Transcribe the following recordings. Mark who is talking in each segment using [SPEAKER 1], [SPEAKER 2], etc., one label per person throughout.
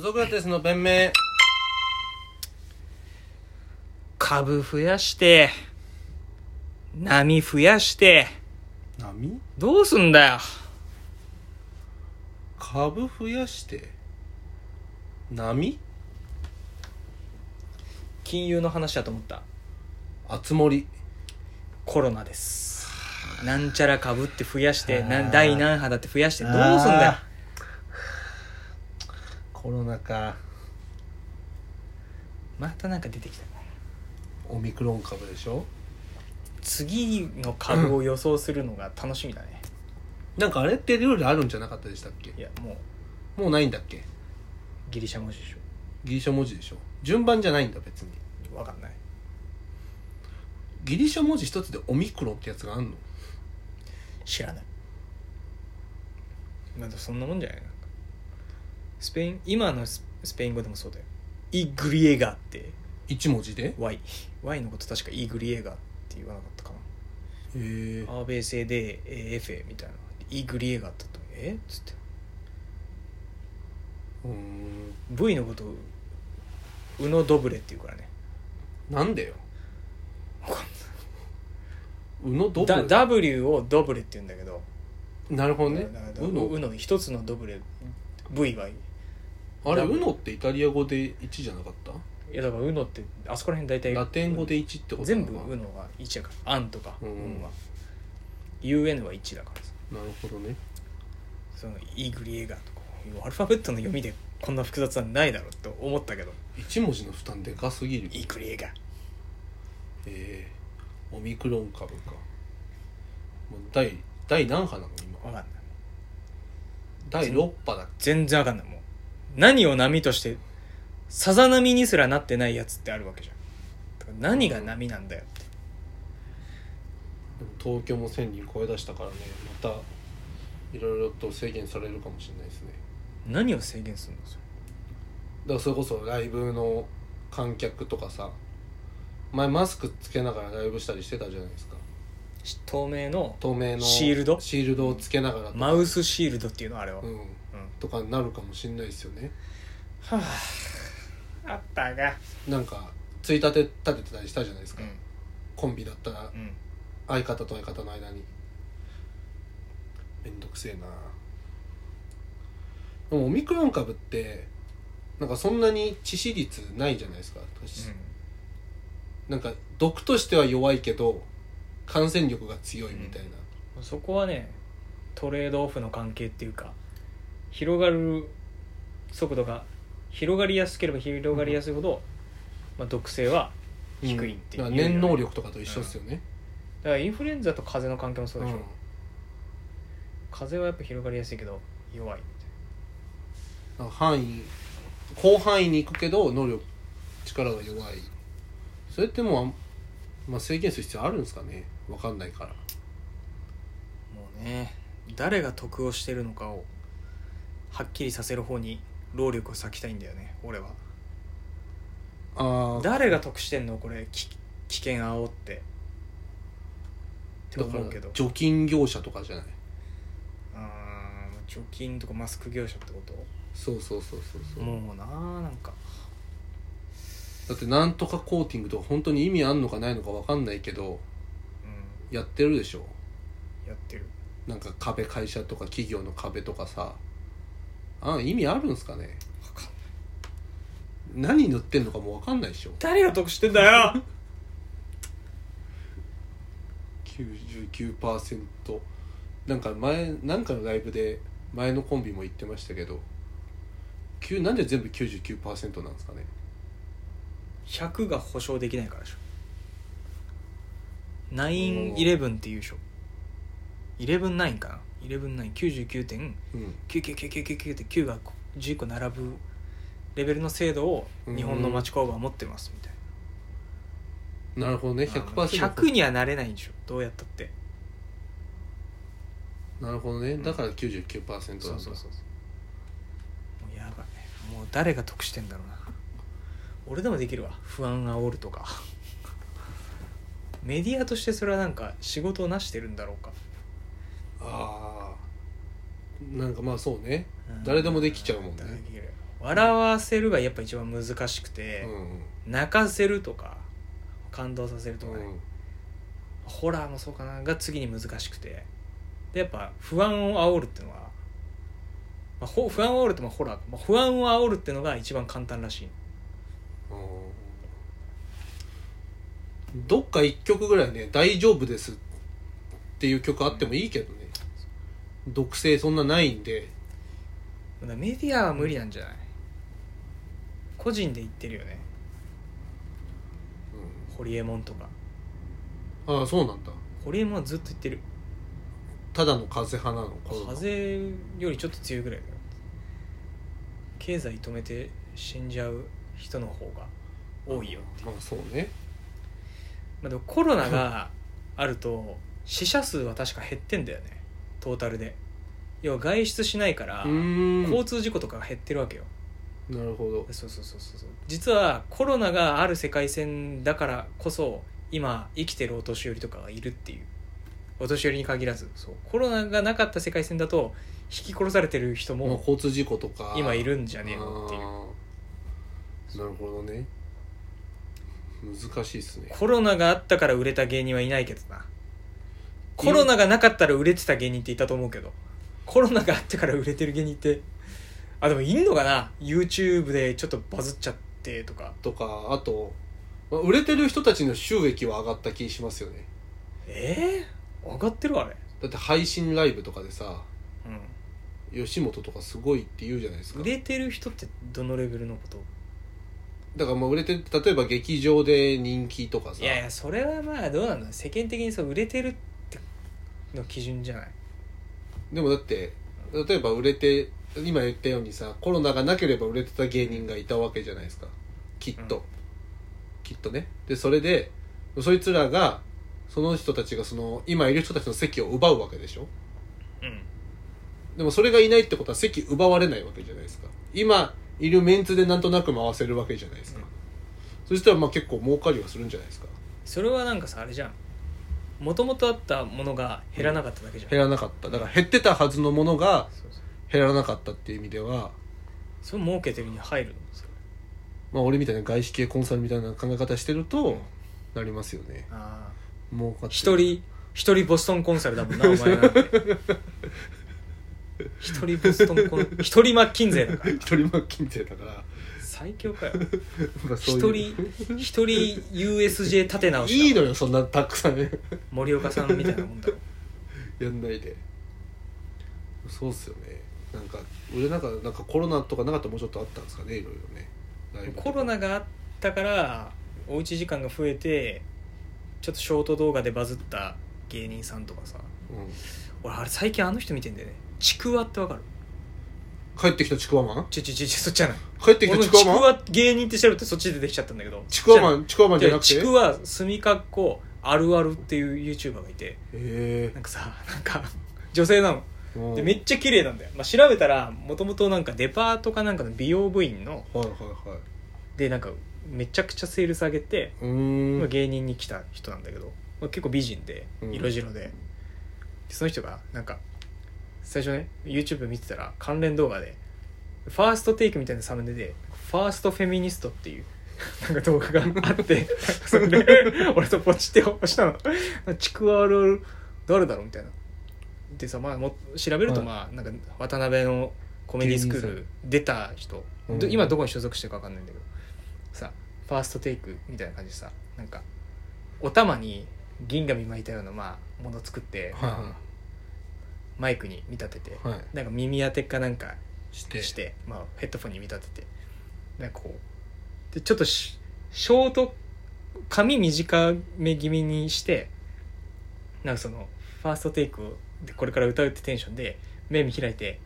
[SPEAKER 1] ソクラテスの弁明
[SPEAKER 2] 株増やして、波増やして、
[SPEAKER 1] 波
[SPEAKER 2] どうすんだよ。
[SPEAKER 1] 株増やして波
[SPEAKER 2] 金融の話だと思った。
[SPEAKER 1] あつ森
[SPEAKER 2] コロナです。なんちゃら株って増やして、
[SPEAKER 1] あ
[SPEAKER 2] な
[SPEAKER 1] ー
[SPEAKER 2] 第何波だって増やして、どうすんだよ
[SPEAKER 1] あ。コロナか
[SPEAKER 2] またなんか出てきたな。
[SPEAKER 1] オミクロン株でしょ
[SPEAKER 2] 次の株を予想するのが楽しみだね。
[SPEAKER 1] なんかあれってルールあるんじゃなかったでしたっけ
[SPEAKER 2] いや、もう、
[SPEAKER 1] もうないんだっけ
[SPEAKER 2] ギリシャ文字でし
[SPEAKER 1] ギリシャ文字でしょ順番じゃないんだ別に
[SPEAKER 2] ょ。わかんない。
[SPEAKER 1] ギリシャ文字一つでオミクロンってやつがあんの
[SPEAKER 2] 知らないなんだそんなもんじゃないなんかスペイン今のススペイン語でもそうだよイグリエガって
[SPEAKER 1] 一文字でへ
[SPEAKER 2] Y Y のこと確かイグリエガって言わなかったかな
[SPEAKER 1] え
[SPEAKER 2] アーベーセで AF みたいなイグリエガだったとえっつって
[SPEAKER 1] うーん
[SPEAKER 2] V のことウノドブレって言うからね
[SPEAKER 1] なんでようのど
[SPEAKER 2] だ
[SPEAKER 1] ぶ
[SPEAKER 2] W をドブレって言うんだけど
[SPEAKER 1] なるほどね
[SPEAKER 2] だから
[SPEAKER 1] うの
[SPEAKER 2] ウノ一つのドブレ V は
[SPEAKER 1] あれ
[SPEAKER 2] ダブ
[SPEAKER 1] う
[SPEAKER 2] ル
[SPEAKER 1] のってイタリア語で1じゃなかった
[SPEAKER 2] いやだからウノってあそこら辺大体
[SPEAKER 1] ラテン語で1ってことな
[SPEAKER 2] 全
[SPEAKER 1] の
[SPEAKER 2] 部
[SPEAKER 1] か
[SPEAKER 2] 「う」のが1やから「あん」とか「
[SPEAKER 1] う
[SPEAKER 2] うんん」は「un」は1だからさ
[SPEAKER 1] なるほどね
[SPEAKER 2] その「イグリエガ」とかアルファベットの読みでこんな複雑なのないだろうと思ったけど
[SPEAKER 1] 1文字の負担でかすぎる
[SPEAKER 2] 「イグリエガ
[SPEAKER 1] えー、オミクロン株かもう第第何波なの」今
[SPEAKER 2] わかんない
[SPEAKER 1] 第6波だっ
[SPEAKER 2] 全然わかんないもう何を波としてさざ波にすらなってないやつってあるわけじゃんだから何が波なんだよって
[SPEAKER 1] けでも東京も1000人超え出したからねまたいろいろと制限されるかもしれないですね
[SPEAKER 2] 何を制限するのそれ
[SPEAKER 1] だからそれこそライブの観客とかさ前マスクつけながらライブしたりしてたじゃないですか
[SPEAKER 2] し透明の
[SPEAKER 1] 透明の
[SPEAKER 2] シールド
[SPEAKER 1] シールドをつけながらとか
[SPEAKER 2] マウスシールドっていうのあれは、
[SPEAKER 1] う
[SPEAKER 2] うん
[SPEAKER 1] んとかになるかもしれないですよね
[SPEAKER 2] はああったが
[SPEAKER 1] なんかついたて立ててたりしたじゃないです
[SPEAKER 2] う
[SPEAKER 1] か、
[SPEAKER 2] ん
[SPEAKER 1] コンビだったら
[SPEAKER 2] うん
[SPEAKER 1] 相方と相方の間にめんどくせえなでもオミクロン株ってなんかそんなに致死率ないじゃないですか、なんか毒としては弱いけど感染力が強いみたいな、
[SPEAKER 2] そこはねトレードオフの関係っていうか広がる速度が広がりやすければ広がりやすいほど、まあ、毒性は低いっていう
[SPEAKER 1] だから念能力とかと一緒ですよね、
[SPEAKER 2] だからインフルエンザと風邪の関係も
[SPEAKER 1] う
[SPEAKER 2] そ
[SPEAKER 1] ん
[SPEAKER 2] うでしょ、風邪はやっぱ広がりやすいけど弱い
[SPEAKER 1] なんか範囲広範囲に行くけど能力力が弱いそれってもうあん、まあ、制限する必要あるんですかねわかんないから
[SPEAKER 2] もうね誰が得をしてるのかをはっきりさせる方に労力を割きたいんだよね俺は
[SPEAKER 1] ああ
[SPEAKER 2] 誰が得してんのこれき危険煽ってって
[SPEAKER 1] だか
[SPEAKER 2] 思
[SPEAKER 1] ら
[SPEAKER 2] うけど
[SPEAKER 1] 除菌業者とかじゃない
[SPEAKER 2] あー除菌とかマスク業者ってこと
[SPEAKER 1] そうそうそうそうそう、
[SPEAKER 2] もうなあなんか
[SPEAKER 1] だってなんとかコーティングとか本当に意味あんのかないのかわかんないけど
[SPEAKER 2] うん
[SPEAKER 1] やってるでしょ
[SPEAKER 2] やってる
[SPEAKER 1] なんか壁会社とか企業の壁とかさあ意味あるんすかね何塗ってんのかもわかんないでしょ
[SPEAKER 2] 誰が得してんだよ
[SPEAKER 1] 99%なんか前なんかのライブで前のコンビも言ってましたけどきゅうなんで全部99%なんですかね
[SPEAKER 2] 100が保証できないからでしょ9-11っていうでしょ119かな11999.99999
[SPEAKER 1] うん
[SPEAKER 2] って9が10個並ぶレベルの精度を日本の町工場は持ってますみたい
[SPEAKER 1] なるほどね
[SPEAKER 2] な100
[SPEAKER 1] 100%
[SPEAKER 2] にはなれないんでしょどうやったって
[SPEAKER 1] なるほどね
[SPEAKER 2] ん
[SPEAKER 1] だから99%なんだ、
[SPEAKER 2] そうそうそうもうやばいもう誰が得してんだろうな俺でもできるわ不安煽るとかメディアとしてそれはなんか仕事をなしてるんだろうか、
[SPEAKER 1] ああなんかまあそうね誰でもできちゃうもんね
[SPEAKER 2] 誰できる笑わせるがやっぱ一番難しくて、泣かせるとか感動させるとか、ねホラーもそうかなが次に難しくてでやっぱ不安を煽るっていうのは、まあ、ほ不安を煽るってまあホラー、まあ、不安を煽るっていうのが一番簡単らしい
[SPEAKER 1] うんどっか一曲ぐらいね「大丈夫です」っていう曲あってもいいけどね、毒性そんなないんで
[SPEAKER 2] だからメディアは無理なんじゃない個人で言ってるよねホリエモンとか
[SPEAKER 1] ああそうなんだ
[SPEAKER 2] ホリエモンはずっと言ってる
[SPEAKER 1] ただの風派なのコロナ
[SPEAKER 2] 風よりちょっと強いぐらいだよ経済止めて死んじゃう人の方が多いよ、
[SPEAKER 1] まあそうね
[SPEAKER 2] まあ、でもコロナがあると死者数は確か減ってんだよねトータルで要は外出しないから
[SPEAKER 1] うーん
[SPEAKER 2] 交通事故とかが減ってるわけよ
[SPEAKER 1] なるほど
[SPEAKER 2] そうそうそうそうそう実はコロナがある世界線だからこそ今生きてるお年寄りとかがいるっていうお年寄りに限らずそうコロナがなかった世界線だと引き殺されてる人
[SPEAKER 1] まあ
[SPEAKER 2] も
[SPEAKER 1] 交通事故とか
[SPEAKER 2] 今いるん
[SPEAKER 1] じ
[SPEAKER 2] じゃねえのっていう
[SPEAKER 1] なるほどね難しいっすね
[SPEAKER 2] コロナがあったから売れた芸人はいないけどなコロナがなかったら売れてた芸人っていたと思うけどコロナがあってから売れてる芸人ってあでもいんのかな YouTube でちょっとバズっちゃってとか
[SPEAKER 1] とかあと、まあ、売れてる人たちの収益は上がった気しますよね
[SPEAKER 2] えー、上がってるあれ、
[SPEAKER 1] だって配信ライブとかでさ
[SPEAKER 2] うん、
[SPEAKER 1] 吉本とかすごいって言うじゃないですか
[SPEAKER 2] 売れてる人ってどのレベルのこと
[SPEAKER 1] だからまあ売れて例えば劇場で人気とかさ
[SPEAKER 2] いやいやそれはまあどうなんだ世間的にそう売れてるっての基準じゃない
[SPEAKER 1] でもだって例えば売れて今言ったようにさコロナがなければ売れてた芸人がいたわけじゃないですかきっと、
[SPEAKER 2] うん
[SPEAKER 1] きっとねでそれでそいつらがその人たちがその今いる人たちの席を奪うわけでしょ
[SPEAKER 2] うん
[SPEAKER 1] でもそれがいないってことは席奪われないわけじゃないですか今いるメンツでなんとなく回せるわけじゃないですか、
[SPEAKER 2] うん
[SPEAKER 1] そしたらまあ結構儲かりはするんじゃないですか
[SPEAKER 2] それはなんかさあれじゃんもともとあったものが減らなかっただけじゃん、
[SPEAKER 1] 減らなかっただから減ってたはずのものが
[SPEAKER 2] そうそう
[SPEAKER 1] 減らなかったっていう意味では
[SPEAKER 2] それ儲けてるに入るのそれ
[SPEAKER 1] まあ、俺みたいな外資系コンサルみたいな考え方してるとなりますよね
[SPEAKER 2] あ
[SPEAKER 1] 儲かってる
[SPEAKER 2] 一人一人ボストンコンサルだもんなお前なんて一人ボストンコン一人マッキンゼーだから
[SPEAKER 1] 一人マッキンゼーだから
[SPEAKER 2] 最強かよ
[SPEAKER 1] まあそう
[SPEAKER 2] 一
[SPEAKER 1] いう
[SPEAKER 2] 人一人 USJ 立て直
[SPEAKER 1] いい
[SPEAKER 2] し
[SPEAKER 1] の
[SPEAKER 2] た
[SPEAKER 1] よそんなたくさん や
[SPEAKER 2] 森岡さんみたいなもんだろ
[SPEAKER 1] んないでそうっすよねなんか俺なんかなんかコロナとかなかったらもうちょっとあったんですかねいろいろねライブとか
[SPEAKER 2] コロナがあったからおうち時間が増えてちょっとショート動画でバズった芸人さんとかさ
[SPEAKER 1] うん
[SPEAKER 2] 俺あれ最近あの人見てんだよねちくわってわかる
[SPEAKER 1] 帰ってきたちくわマン
[SPEAKER 2] ちょちょちょちょそっちじゃない
[SPEAKER 1] 帰ってき
[SPEAKER 2] 俺
[SPEAKER 1] た
[SPEAKER 2] の
[SPEAKER 1] ちく
[SPEAKER 2] ちく
[SPEAKER 1] わマン
[SPEAKER 2] わ芸人って調べてそっちで出てきちゃったんだけど
[SPEAKER 1] ちくわマンちくわマンじゃなくて
[SPEAKER 2] ちくわすみかっこあるあるっていう YouTuber がいて
[SPEAKER 1] え
[SPEAKER 2] なんかさなんか女性なの
[SPEAKER 1] えうん
[SPEAKER 2] でめっちゃ綺麗なんだよ、まあ、調べたらもともとなんかデパートかなんかの美容部員の
[SPEAKER 1] はいはいはい
[SPEAKER 2] でなんかめちゃくちゃセールス上げて、
[SPEAKER 1] うーん
[SPEAKER 2] まあ、芸人に来た人なんだけど、まあ、結構美人で
[SPEAKER 1] うん
[SPEAKER 2] 色白で,、でその人がなんか最初ね YouTube 見てたら関連動画でファーストテイクみたいなサムネで「ファーストフェミニスト」っていうなんか動画があって それで俺とポチって押したの「ちくわあるある誰だろう?」みたいな。でさ、まあ、もう調べると
[SPEAKER 1] はい
[SPEAKER 2] まあなんか渡辺のコメディスクー
[SPEAKER 1] 芸人
[SPEAKER 2] ル出た人、
[SPEAKER 1] うん
[SPEAKER 2] ど今どこに所属してるか分かんないんだけどさファーストテイクみたいな感じでさなんかお玉に銀紙巻いたような、まあ、もの作って、
[SPEAKER 1] は
[SPEAKER 2] マイクに見立てて、
[SPEAKER 1] いはいはい
[SPEAKER 2] なんか耳当てかなんか
[SPEAKER 1] して
[SPEAKER 2] して、まあ、ヘッドフォンに見立ててなんかこうでちょっとしショート髪短め気味にしてなんかそのファーストテイクをでこれから歌うってテンションで目見開いて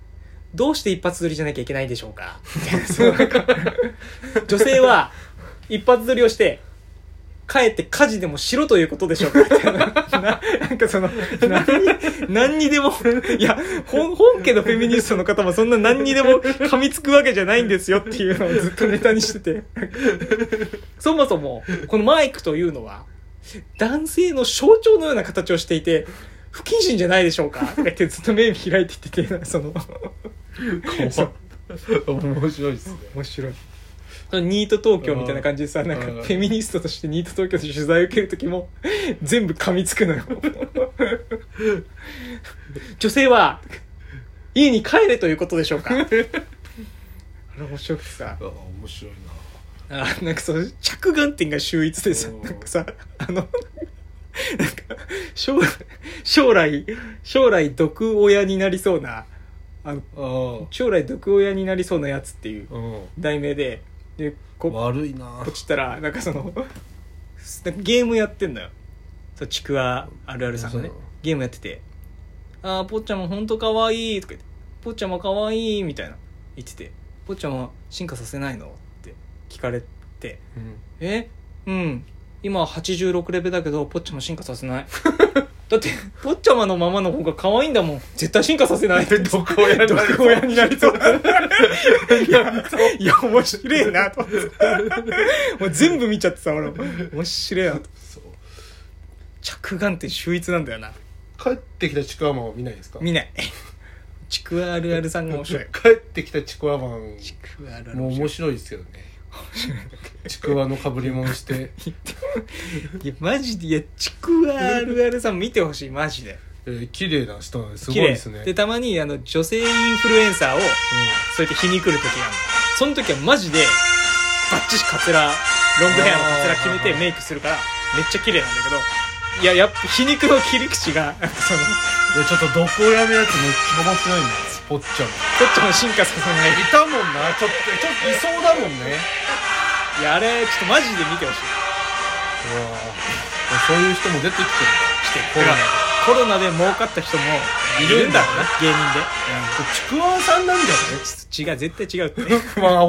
[SPEAKER 2] 「どうして一発撮りじゃなきゃいけないんでしょうか」みたいなそのなんか 女性は一発撮りをして帰って家事でもしろということでしょうかみたいな。ななんかその、何に、何にでも、いや、本、本家のフェミニストの方もそんな何にでも噛みつくわけじゃないんですよっていうのをずっとネタにしてて。そもそも、このマイクというのは、男性の象徴のような形をしていて、不謹慎じゃないでしょうかとか言ってずっと目見開いていってて、その、
[SPEAKER 1] 怖っ 面白いっすね
[SPEAKER 2] 面白いニート東京みたいな感じでさなんか
[SPEAKER 1] うん
[SPEAKER 2] フェミニストとしてニート東京で取材受ける時も 全部噛みつく のよ女性は家に帰れということでしょうかあれ面白くてさ
[SPEAKER 1] あ面白い
[SPEAKER 2] あなんかその着眼点が秀逸でさ
[SPEAKER 1] うん
[SPEAKER 2] なんかさあのなんか将来将来将来毒親になりそうなあの
[SPEAKER 1] なあ
[SPEAKER 2] 将来毒親になりそうなやつっていう
[SPEAKER 1] あう
[SPEAKER 2] 題名ででこ
[SPEAKER 1] ん悪いな
[SPEAKER 2] ポチったらなんかそのすなんかゲームやってんのよそうちくわあるあるさんがね
[SPEAKER 1] そう
[SPEAKER 2] ゲームやってて「ああぽっちゃまほんとかわいい」とか言って「ぽっちゃまかわいい」みたいな言ってて「ぽっちゃま進化させないの?」って聞かれて
[SPEAKER 1] うん
[SPEAKER 2] 「えうん今86レベルだけどぽっちゃま進化させ ない」だってぽっちゃまのままの方が可愛いんだもん絶対進化させない
[SPEAKER 1] 毒親になりそう
[SPEAKER 2] 毒親になりそういやいや面白えなと思ってもう全部見ちゃってさ俺も面白えなと
[SPEAKER 1] そう
[SPEAKER 2] 着眼点秀逸なんだよな
[SPEAKER 1] 帰ってきたちくわマンは見ないですか
[SPEAKER 2] 見ないちくわあるあるさんが面白い
[SPEAKER 1] 帰ってきたちくわマン
[SPEAKER 2] ちくわあるある
[SPEAKER 1] もう面白いですけどねちくわのかぶり物して
[SPEAKER 2] いやマジでいやちくわあるあるさん見てほしいマジで
[SPEAKER 1] えー綺麗な人なんですごい
[SPEAKER 2] 綺麗
[SPEAKER 1] ですね
[SPEAKER 2] たまにあの女性インフルエンサーをそうやって日に来る時があるのその時はマジでバッチシカツラロングヘアのカツラ決めてメイクするからめっちゃ綺麗なんだけどいややっぱ皮肉の切り口がなんかその
[SPEAKER 1] うんでちょっと毒親のやつめっちゃ面白いんだよぽっちゃん
[SPEAKER 2] どっちも進化させない
[SPEAKER 1] いたもんなちょっとちょっといそうだもんね
[SPEAKER 2] いやあれちょっとマジで見てほしいう
[SPEAKER 1] わぁそういう人も出てきてる
[SPEAKER 2] 来て
[SPEAKER 1] コ
[SPEAKER 2] コ
[SPEAKER 1] ロ
[SPEAKER 2] ロ
[SPEAKER 1] ナ
[SPEAKER 2] ナコロナで儲かった人もいるんだろうな芸人で
[SPEAKER 1] ちくわさんなんじゃない
[SPEAKER 2] ちょっと違う絶対違うって
[SPEAKER 1] まあ